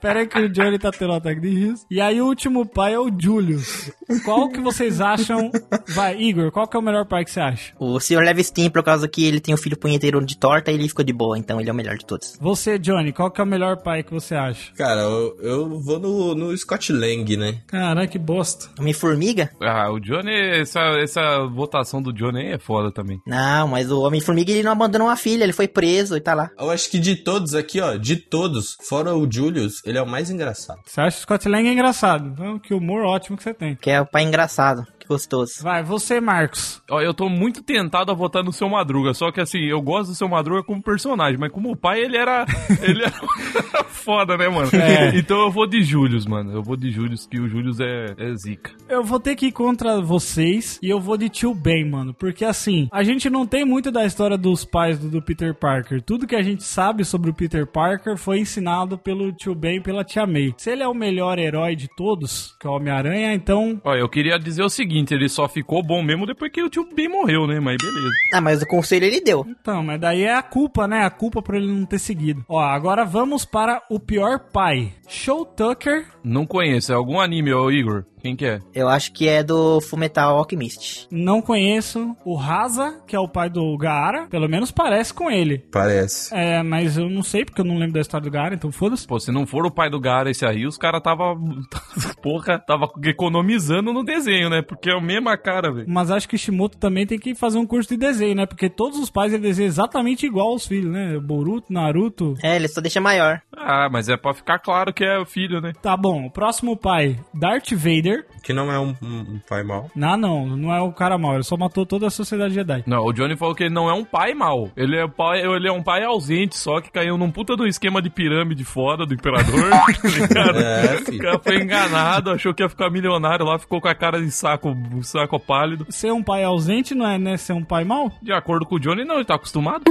[SPEAKER 1] Pera aí que o Johnny tá tendo um ataque de riso. E aí o último pai é o Julius. Qual que vocês acham? Vai, Igor, qual que é o melhor pai que você acha?
[SPEAKER 3] o senhor Leve Steam, por causa que ele tem o filho punheteiro de torta, ele ficou de boa, então ele é o melhor de todos.
[SPEAKER 1] Você, Johnny, qual que é o melhor pai que você acha?
[SPEAKER 4] Cara, eu, eu vou no, no Scott Lang, né?
[SPEAKER 1] Caraca, que bosta.
[SPEAKER 3] Homem-formiga?
[SPEAKER 2] Ah, o Johnny. Essa, essa votação do Johnny aí é foda também.
[SPEAKER 3] Não, mas o Homem-Formiga ele não abandonou a filha, ele foi preso e tá lá.
[SPEAKER 4] Eu acho que de todos aqui, ó, de todos, fora o Julius, ele é o mais engraçado.
[SPEAKER 1] Você acha que o Scott Lang é engraçado? Então, que humor ótimo que você tem.
[SPEAKER 3] Que é o pai engraçado, que gostoso.
[SPEAKER 1] Vai, você, Marcos.
[SPEAKER 2] Ó, eu tô muito tentado a votar no seu Madruga, só que assim, eu gosto do seu Madruga como personagem, mas como pai ele era. ele era foda, né, mano?
[SPEAKER 1] É.
[SPEAKER 2] Então eu vou de Július, mano. Eu vou de Július, que o Július é, é zica.
[SPEAKER 1] Eu vou ter que ir contra vocês e eu vou de tio Ben, mano. Porque assim, a gente não tem muito da história dos pais do, do Peter Parker. Tudo que a gente sabe sobre o Peter Parker foi ensinado pelo tio Ben e pela tia May. Se ele é o melhor herói de todos, que é o Homem-Aranha, então.
[SPEAKER 2] Ó, eu queria dizer o seguinte, ele só ficou bom mesmo depois que o tio Ben morreu, né? Mas beleza.
[SPEAKER 3] Ah, mas o conselho ele deu.
[SPEAKER 1] Então, mas daí é a culpa, né? A culpa por ele não ter seguido. Ó, agora vamos para o pior pai. Show Tucker.
[SPEAKER 2] Não conheço, é algum anime, ô Igor? Quem que é?
[SPEAKER 3] Eu acho que é do Fullmetal Alchemist.
[SPEAKER 1] Não conheço. O Raza, que é o pai do Gaara. Pelo menos parece com ele.
[SPEAKER 4] Parece.
[SPEAKER 1] É, mas eu não sei porque eu não lembro da história do Gaara, então foda-se.
[SPEAKER 2] Pô, se não for o pai do Gara esse aí, os caras tava. Porra, tava economizando no desenho, né? Porque é a mesma cara, velho.
[SPEAKER 1] Mas acho que Shimoto também tem que fazer um curso de desenho, né? Porque todos os pais ele desenham exatamente igual aos filhos, né? Boruto, Naruto.
[SPEAKER 3] É, ele só deixa maior.
[SPEAKER 2] Ah, mas é pra ficar claro que é o filho, né?
[SPEAKER 1] Tá bom, o próximo pai, Darth Vader.
[SPEAKER 4] Que não é um, um- um pai mau.
[SPEAKER 1] Não, não, não é o cara mau, ele só matou toda a sociedade Jedi.
[SPEAKER 2] Não, o Johnny falou que ele não é um pai mau. Ele é, pai, ele é um pai ausente, só que caiu num puta do esquema de pirâmide fora do imperador. tá ligado?
[SPEAKER 4] É,
[SPEAKER 2] o
[SPEAKER 4] filho.
[SPEAKER 2] cara foi enganado, achou que ia ficar milionário lá, ficou com a cara de saco, saco pálido.
[SPEAKER 1] Ser um pai ausente não é, né? Ser um pai mau?
[SPEAKER 2] De acordo com o Johnny, não, ele tá acostumado.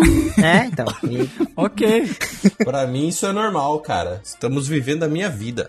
[SPEAKER 3] É, então. ele-
[SPEAKER 1] Ok.
[SPEAKER 4] Pra mim isso é normal, cara. Estamos vivendo a minha vida.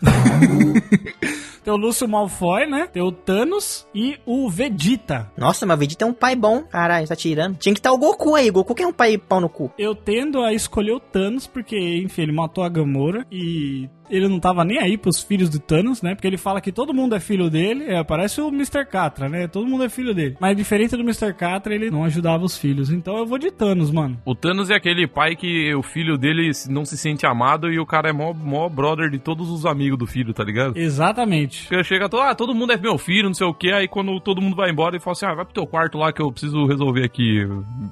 [SPEAKER 1] Tem o Lúcio Malfoy, né? Tem o Thanos e o Vegeta.
[SPEAKER 3] Nossa, mas o Vegeta é um pai bom. Caralho, tá tirando. Tinha que estar o Goku aí. Goku que é um pai pau no cu.
[SPEAKER 1] Eu tendo a escolher o Thanos, porque, enfim, ele matou a Gamora e ele não tava nem aí pros filhos do Thanos, né? Porque ele fala que todo mundo é filho dele. É, parece o Mr. Catra, né? Todo mundo é filho dele. Mas diferente do Mr. Catra, ele não ajudava os filhos. Então eu vou de Thanos, mano.
[SPEAKER 2] O Thanos é aquele pai que o filho dele não se sente amado e o cara é mó, mó brother de todos os amigos do filho, tá ligado?
[SPEAKER 1] Exatamente.
[SPEAKER 2] Porque chega todo, ah, todo mundo é meu filho, não sei o que, aí quando todo mundo vai embora, ele fala assim, ah, vai pro teu quarto lá que eu preciso resolver aqui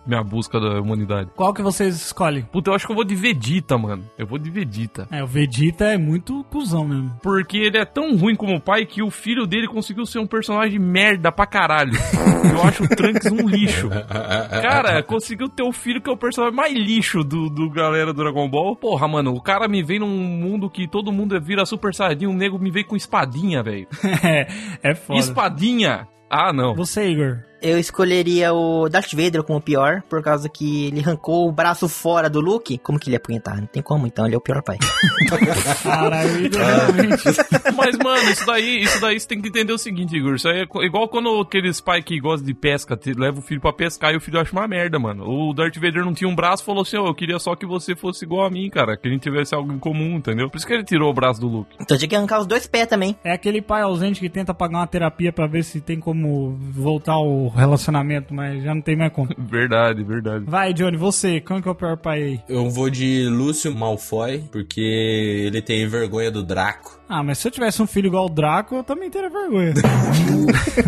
[SPEAKER 2] minha busca da humanidade.
[SPEAKER 1] Qual que vocês escolhem?
[SPEAKER 2] Puta, eu acho que eu vou de Vegeta, mano. Eu vou de Vegeta.
[SPEAKER 1] É, o Vegeta é muito cuzão mesmo.
[SPEAKER 2] Porque ele é tão ruim como pai que o filho dele conseguiu ser um personagem merda pra caralho. Eu acho o Trunks um lixo. Cara, conseguiu ter o filho que é o personagem mais lixo do, do galera do Dragon Ball. Porra, mano, o cara me vem num mundo que todo mundo é vira super saiyajin, um nego me vem com espadinha, velho.
[SPEAKER 1] é, é foda.
[SPEAKER 2] Espadinha! Ah, não.
[SPEAKER 1] Você, Igor.
[SPEAKER 3] Eu escolheria o Darth Vader como o pior, por causa que ele arrancou o braço fora do Luke. Como que ele ia apunhetar? Não tem como, então ele é o pior pai.
[SPEAKER 1] Caralho, Igor, realmente.
[SPEAKER 2] Mas, mano, isso daí, isso daí você tem que entender o seguinte, Igor. Isso aí é co- igual quando aqueles pais que gostam de pesca te- leva o filho pra pescar e o filho acha uma merda, mano. O Darth Vader não tinha um braço e falou assim: Ó, eu queria só que você fosse igual a mim, cara. Que a gente tivesse algo em comum, entendeu? Por isso que ele tirou o braço do Luke.
[SPEAKER 3] Então tinha que arrancar os dois pés também.
[SPEAKER 1] É aquele pai ausente que tenta pagar uma terapia pra ver se tem como voltar o relacionamento, mas já não tem mais como.
[SPEAKER 2] Verdade, verdade.
[SPEAKER 1] Vai, Johnny, você, quem que é o pior pai aí?
[SPEAKER 4] Eu vou de Lúcio Malfoy, porque ele tem vergonha do Draco.
[SPEAKER 1] Ah, mas se eu tivesse um filho igual o Draco, eu também teria vergonha.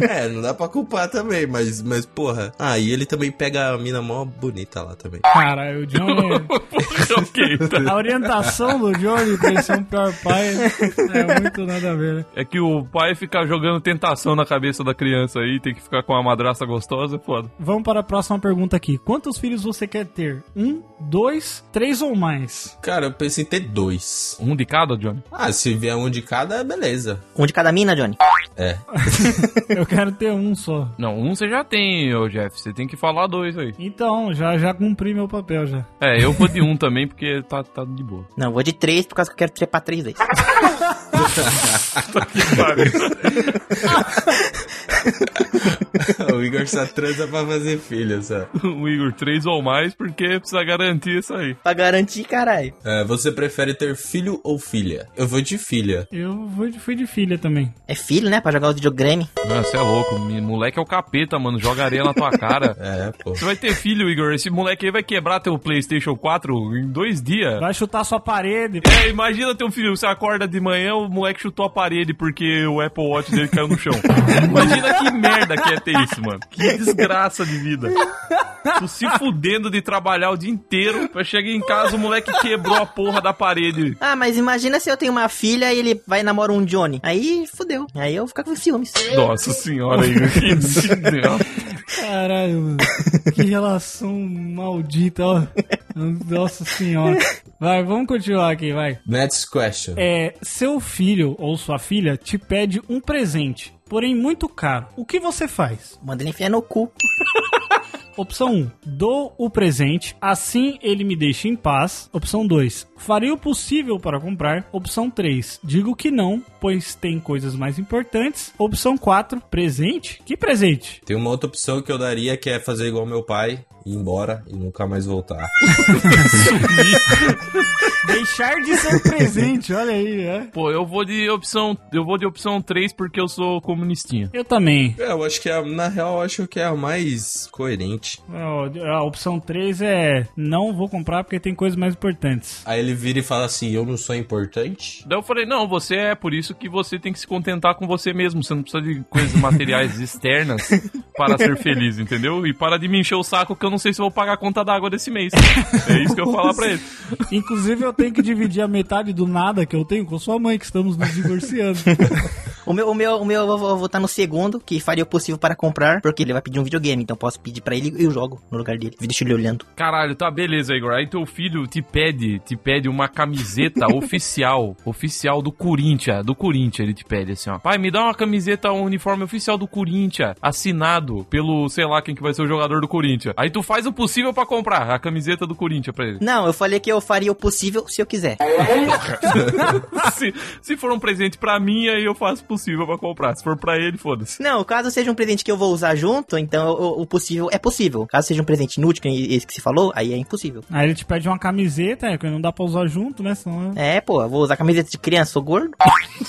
[SPEAKER 4] é, não dá pra culpar também, mas, mas porra. Ah, e ele também pega a mina mó bonita lá também.
[SPEAKER 1] Cara, o Johnny.
[SPEAKER 2] ok, tá.
[SPEAKER 1] A orientação do Johnny pra ele ser um pior pai é muito nada a ver, né?
[SPEAKER 2] É que o pai fica jogando tentação na cabeça da criança aí, tem que ficar com uma madraça gostosa, é foda.
[SPEAKER 1] Vamos para a próxima pergunta aqui. Quantos filhos você quer ter? Um, dois, três ou mais?
[SPEAKER 4] Cara, eu pensei em ter dois.
[SPEAKER 2] Um de cada, Johnny?
[SPEAKER 4] Ah, se vier um de cada, beleza.
[SPEAKER 3] Um de cada mina, Johnny.
[SPEAKER 4] É.
[SPEAKER 1] Eu quero ter um só.
[SPEAKER 2] Não, um você já tem, ô Jeff. Você tem que falar dois aí.
[SPEAKER 1] Então, já, já cumpri meu papel já.
[SPEAKER 2] É, eu vou de um também, porque tá, tá de boa.
[SPEAKER 3] Não, vou de três, por causa que eu quero trepar três vezes.
[SPEAKER 4] o Igor só transa pra fazer filho, sabe?
[SPEAKER 2] o Igor, três ou mais, porque precisa garantir isso aí.
[SPEAKER 3] pra garantir, caralho.
[SPEAKER 4] É, você prefere ter filho ou filha? Eu vou de filha.
[SPEAKER 1] Eu fui de, fui de filha também.
[SPEAKER 3] É filho, né? Pra jogar os videogame.
[SPEAKER 2] Não, você é louco. mi- Moleque é o capeta, mano. Joga areia na tua cara.
[SPEAKER 4] É, pô.
[SPEAKER 2] Você vai ter filho, Igor. Esse moleque aí vai quebrar teu PlayStation 4 em dois dias.
[SPEAKER 1] Vai chutar sua parede.
[SPEAKER 2] É, imagina teu filho, você acorda de manhã, o moleque chutou a parede porque o Apple Watch dele caiu no chão. Imagina que merda que é ter isso, mano. Que desgraça de vida. Tu se fudendo de trabalhar o dia inteiro, pra chegar em casa, o moleque quebrou a porra da parede.
[SPEAKER 3] Ah, mas imagina se eu tenho uma filha e ele vai namorar um Johnny. Aí fudeu. Aí eu vou ficar com ciúmes.
[SPEAKER 2] Nossa senhora, Igor. Que desgraça.
[SPEAKER 1] Caralho, mano. Que relação maldita, ó. Nossa senhora. Vai, vamos continuar aqui, vai.
[SPEAKER 4] Next question.
[SPEAKER 1] É, seu filho ou sua filha te pede um presente, porém muito caro. O que você faz?
[SPEAKER 3] Manda ele enfiar no cu.
[SPEAKER 1] Opção 1. Dou o presente, assim ele me deixa em paz. Opção 2. Farei o possível para comprar. Opção 3. Digo que não, pois tem coisas mais importantes. Opção 4. Presente? Que presente?
[SPEAKER 4] Tem uma outra opção que eu daria que é fazer igual meu pai, ir embora e nunca mais voltar.
[SPEAKER 1] Deixar de ser um presente, olha aí, é.
[SPEAKER 2] Pô, eu vou de opção. Eu vou de opção 3 porque eu sou comunistinha.
[SPEAKER 1] Eu também.
[SPEAKER 4] É, eu acho que é, na real, eu acho que é a mais coerente.
[SPEAKER 1] É, Ó, A opção 3 é não vou comprar porque tem coisas mais importantes.
[SPEAKER 4] Aí ele vira e fala assim: Eu não sou importante?
[SPEAKER 2] Daí eu falei, não, você é, por isso que você tem que se contentar com você mesmo. Você não precisa de coisas materiais externas para ser feliz, entendeu? E para de me encher o saco que eu não sei se eu vou pagar a conta d'água desse mês. É isso que eu vou falar pra ele.
[SPEAKER 1] Inclusive, eu tenho que dividir a metade do nada que eu tenho com sua mãe, que estamos nos divorciando.
[SPEAKER 3] O meu, o meu, o meu, eu vou votar no segundo, que faria o possível para comprar, porque ele vai pedir um videogame, então posso pedir pra ele e eu jogo no lugar dele. Deixa ele olhando.
[SPEAKER 2] Caralho, tá beleza, Igor. Aí teu filho te pede, te pede uma camiseta oficial, oficial do Corinthians, do Corinthians, ele te pede assim, ó. Pai, me dá uma camiseta, um uniforme oficial do Corinthians, assinado pelo, sei lá, quem que vai ser o jogador do Corinthians. Aí tu faz o possível pra comprar a camiseta do Corinthians pra ele.
[SPEAKER 3] Não, eu falei que eu faria o possível se eu quiser.
[SPEAKER 2] se, se for um presente pra mim, aí eu faço o possível pra comprar. Se for pra ele, foda-se.
[SPEAKER 3] Não, caso seja um presente que eu vou usar junto, então o, o possível é possível. Caso seja um presente inútil, que nem esse que você falou, aí é impossível.
[SPEAKER 1] Aí ele te pede uma camiseta, é, que não dá pra usar junto, né? Senão...
[SPEAKER 3] É, pô, eu vou usar camiseta de criança, sou gordo.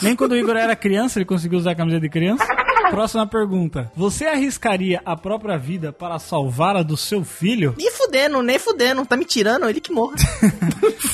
[SPEAKER 1] Nem quando o Igor era criança, ele conseguiu usar a camisa de criança. Próxima pergunta. Você arriscaria a própria vida para salvar a do seu filho?
[SPEAKER 3] Nem fudendo, nem fudendo. Tá me tirando, ele que morra.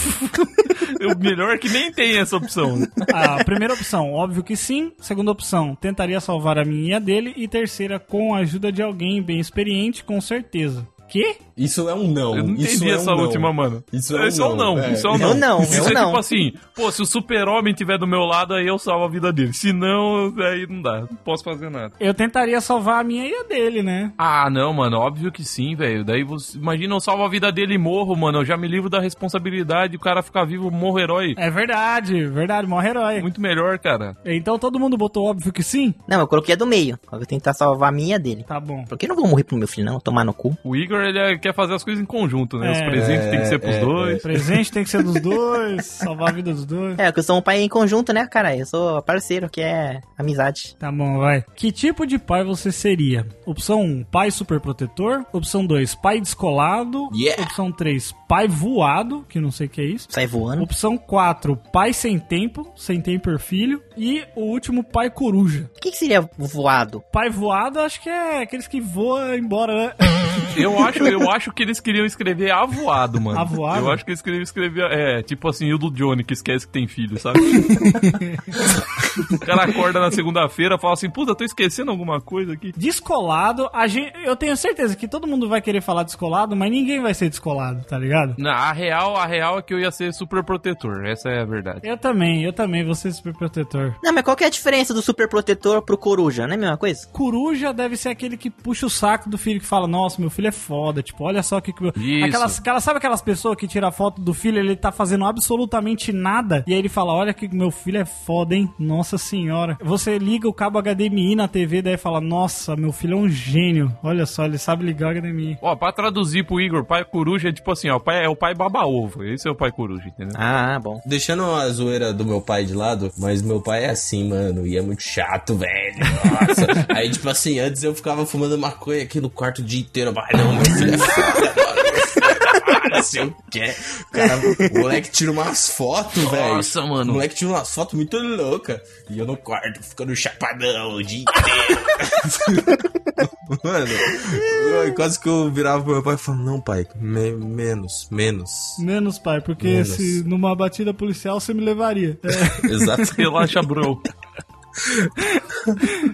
[SPEAKER 2] O melhor é que nem tem essa opção.
[SPEAKER 1] A primeira opção, óbvio que sim. Segunda opção, tentaria salvar a minha dele. E terceira, com a ajuda de alguém bem experiente, com certeza. Que?
[SPEAKER 4] Isso é um não.
[SPEAKER 2] Eu não
[SPEAKER 4] isso
[SPEAKER 2] entendi
[SPEAKER 4] é um
[SPEAKER 2] essa
[SPEAKER 4] não.
[SPEAKER 2] última, mano.
[SPEAKER 4] Isso é um
[SPEAKER 2] um não.
[SPEAKER 4] não, é.
[SPEAKER 2] Isso é um
[SPEAKER 3] Eu não,
[SPEAKER 2] Isso
[SPEAKER 3] eu
[SPEAKER 2] é
[SPEAKER 3] não.
[SPEAKER 2] tipo assim, pô, se o super-homem tiver do meu lado, aí eu salvo a vida dele. Se não, aí não dá. Não posso fazer nada.
[SPEAKER 1] Eu tentaria salvar a minha e a dele, né?
[SPEAKER 2] Ah, não, mano. Óbvio que sim, velho. Daí você. Imagina, eu salvo a vida dele e morro, mano. Eu já me livro da responsabilidade. O cara ficar vivo, morro herói.
[SPEAKER 1] É verdade, verdade, morre herói.
[SPEAKER 2] Muito melhor, cara.
[SPEAKER 1] Então todo mundo botou óbvio que sim?
[SPEAKER 3] Não, eu coloquei a do meio. Eu vou tentar salvar a minha dele.
[SPEAKER 1] Tá bom.
[SPEAKER 3] Porque eu não vou morrer pro meu filho, não. Tomar no cu.
[SPEAKER 2] O Igor, ele é- quer fazer as coisas em conjunto, né? Os
[SPEAKER 1] É.
[SPEAKER 2] presentes tem que ser
[SPEAKER 4] É,
[SPEAKER 2] pros
[SPEAKER 4] é,
[SPEAKER 2] dois.
[SPEAKER 1] Presente tem que ser dos dois, salvar a vida dos dois.
[SPEAKER 3] É, que eu sou um pai em conjunto, né, cara? Eu sou parceiro, que é amizade.
[SPEAKER 1] Tá bom, vai. Que tipo de pai você seria? Opção 1, pai superprotetor. Opção 2, pai descolado.
[SPEAKER 4] Yeah.
[SPEAKER 1] Opção 3, pai voado, que não sei o que é isso.
[SPEAKER 3] Sai voando.
[SPEAKER 1] Opção 4, pai sem tempo, sem tempo e filho. E o último, pai coruja.
[SPEAKER 3] O que, que seria voado?
[SPEAKER 1] Pai voado, acho que é aqueles que voam embora, né?
[SPEAKER 2] Eu acho, eu acho que eles queriam escrever avoado, mano.
[SPEAKER 1] Avoado?
[SPEAKER 2] Eu acho que eles queriam escrever. É, tipo assim, o do Johnny, que esquece que tem filho, sabe? o cara acorda na segunda-feira fala assim: puta, tô esquecendo alguma coisa aqui.
[SPEAKER 1] Descolado, a gente, eu tenho certeza que todo mundo vai querer falar descolado, mas ninguém vai ser descolado, tá ligado?
[SPEAKER 2] Na a real, a real é que eu ia ser super protetor. Essa é a verdade.
[SPEAKER 1] Eu também, eu também, vou ser superprotetor.
[SPEAKER 3] Não, mas qual que é a diferença do super protetor pro coruja? Não é a mesma coisa?
[SPEAKER 1] Coruja deve ser aquele que puxa o saco do filho que fala: Nossa, meu filho é foda. Tipo, olha só o que. que meu-
[SPEAKER 2] Isso.
[SPEAKER 1] Aquelas, aquelas- sabe aquelas pessoas que tiram foto do filho, ele tá fazendo absolutamente nada. E aí ele fala: Olha que meu filho é foda, hein? Nossa senhora. Você liga o cabo HDMI na TV, daí fala: Nossa, meu filho é um gênio. Olha só, ele sabe ligar o HDMI.
[SPEAKER 2] Ó, pra traduzir pro Igor, pai coruja é tipo assim, ó, o pai, é o pai baba-ovo. Esse é o pai coruja, entendeu?
[SPEAKER 3] Ah, bom.
[SPEAKER 4] Deixando a zoeira do meu pai de lado, mas meu pai é assim, mano, e é muito chato, velho. Nossa. Aí, tipo assim, antes eu ficava fumando maconha aqui no quarto o dia inteiro. Vai, não, meu filho é foda, mano. Não sei o quê. Cara, o moleque tira umas fotos, velho.
[SPEAKER 2] Nossa, mano.
[SPEAKER 4] O moleque tira umas fotos muito louca. E eu no quarto, ficando chapadão o dia inteiro. mano, eu- quase que eu virava pro meu pai e falava: Não, pai, me- menos, menos.
[SPEAKER 1] Menos, pai, porque
[SPEAKER 4] Menos.
[SPEAKER 1] se numa batida policial você me levaria. É,
[SPEAKER 4] Exato.
[SPEAKER 2] Relaxa, bro.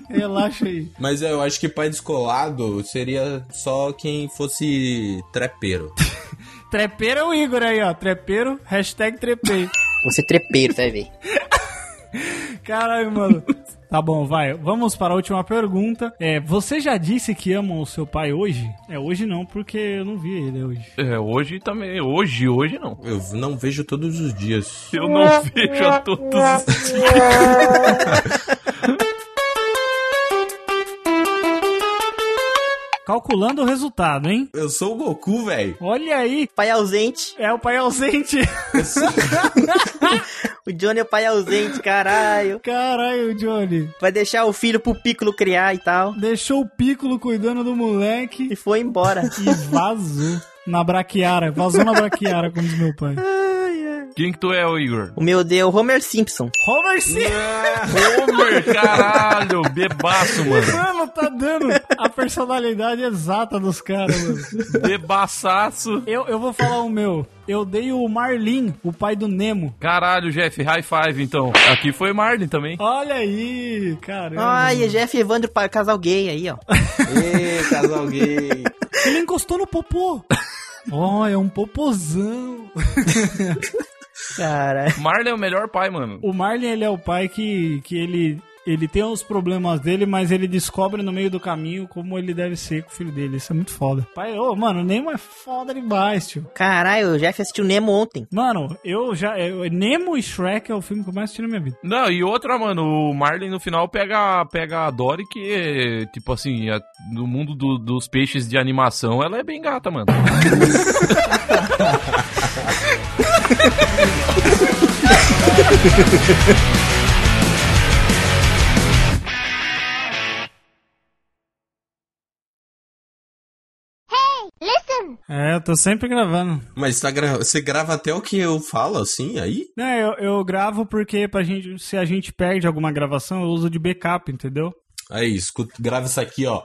[SPEAKER 1] relaxa aí.
[SPEAKER 4] Mas eu acho que pai descolado seria só quem fosse trepeiro.
[SPEAKER 1] Trepeiro é o Igor aí, ó. Trepeiro, hashtag trepei.
[SPEAKER 3] Você trepeiro, vai ver.
[SPEAKER 1] Caralho, mano. Tá bom, vai. Vamos para a última pergunta. É, você já disse que ama o seu pai hoje? É, hoje não, porque eu não vi ele hoje.
[SPEAKER 2] É, hoje também. Hoje, hoje não.
[SPEAKER 4] Eu não vejo todos os dias.
[SPEAKER 2] Eu não vejo a todos os dias.
[SPEAKER 1] Calculando o resultado, hein?
[SPEAKER 4] Eu sou o Goku, velho.
[SPEAKER 1] Olha aí.
[SPEAKER 3] Pai ausente.
[SPEAKER 1] É o pai ausente.
[SPEAKER 3] O Johnny é o pai ausente, caralho.
[SPEAKER 1] Caralho, Johnny.
[SPEAKER 3] Vai deixar o filho pro Piccolo criar e tal.
[SPEAKER 1] Deixou o Piccolo cuidando do moleque
[SPEAKER 3] E foi embora.
[SPEAKER 1] e vazou. Na braquiara. Vazou na braquiara, como diz meu pai.
[SPEAKER 2] Quem que tu é, ô Igor?
[SPEAKER 3] O meu Deus, Homer Simpson.
[SPEAKER 1] Homer Simpson,
[SPEAKER 2] Homer, caralho, bebaço, mano.
[SPEAKER 1] mano, tá dando a personalidade exata dos caras, mano.
[SPEAKER 2] Bebaçaço.
[SPEAKER 1] Eu, eu vou falar o meu. Eu dei o Marlin, o pai do Nemo.
[SPEAKER 2] Caralho, Jeff, high five então. Aqui foi Marlin também.
[SPEAKER 1] Olha aí, caramba.
[SPEAKER 3] Ai, é Jeff e Evandro para casal gay aí, ó.
[SPEAKER 4] Ê, casal gay.
[SPEAKER 1] Ele encostou no popô. Ó, é um popozão.
[SPEAKER 3] Cara.
[SPEAKER 2] Marlin é o melhor pai, mano.
[SPEAKER 1] O Marlin, ele é o pai que, que ele, ele tem os problemas dele, mas ele descobre no meio do caminho como ele deve ser com o filho dele. Isso é muito foda. Pai, ô, mano, o Nemo é foda demais, tio.
[SPEAKER 3] Caralho, o Jeff assistiu Nemo ontem.
[SPEAKER 1] Mano, eu já. eu- Nemo e Shrek é o filme que eu mais assisti na minha vida.
[SPEAKER 2] Não, e outra, mano, o Marlin no final pega, pega a Dory, que, tipo assim, a- no mundo do- dos peixes de animação, ela é bem gata, mano.
[SPEAKER 1] É, eu tô sempre gravando.
[SPEAKER 4] Mas tá gra- você grava até o que eu falo, assim, aí?
[SPEAKER 1] É, eu, eu gravo porque pra gente, se a gente perde alguma gravação, eu uso de backup, entendeu?
[SPEAKER 4] Aí, escuta, grava isso aqui, ó.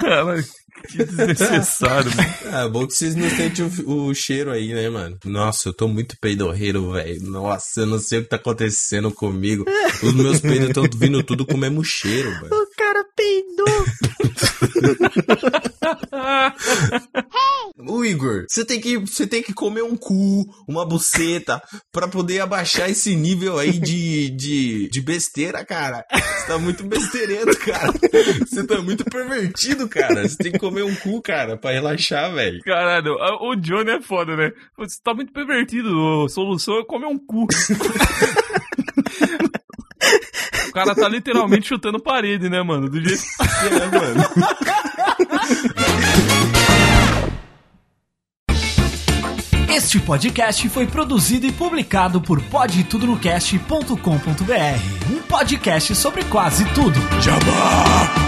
[SPEAKER 2] Cara, que é desnecessário, mano.
[SPEAKER 4] Ah, bom que vocês não sentem o, o cheiro aí, né, mano? Nossa, eu tô muito peidorreiro, velho. Nossa, eu não sei o que tá acontecendo comigo. Os meus peidos estão vindo tudo com o mesmo cheiro, velho.
[SPEAKER 3] O cara peidou.
[SPEAKER 4] Ô, Igor, você tem, que, você tem que comer um cu, uma buceta, pra poder abaixar esse nível aí de, de, de besteira, cara. Você tá muito besteirento, cara. Você tá muito pervertido, cara. Você tem que comer um cu, cara, pra relaxar, velho.
[SPEAKER 2] Caralho, a- o Johnny é foda, né? Você tá muito pervertido. A solução é comer um cu. O cara tá literalmente chutando parede, né, mano? Do jeito
[SPEAKER 4] É, mano.
[SPEAKER 6] Este podcast foi produzido e publicado por podtudonocast.com.br, um podcast sobre quase tudo.
[SPEAKER 4] Jabá!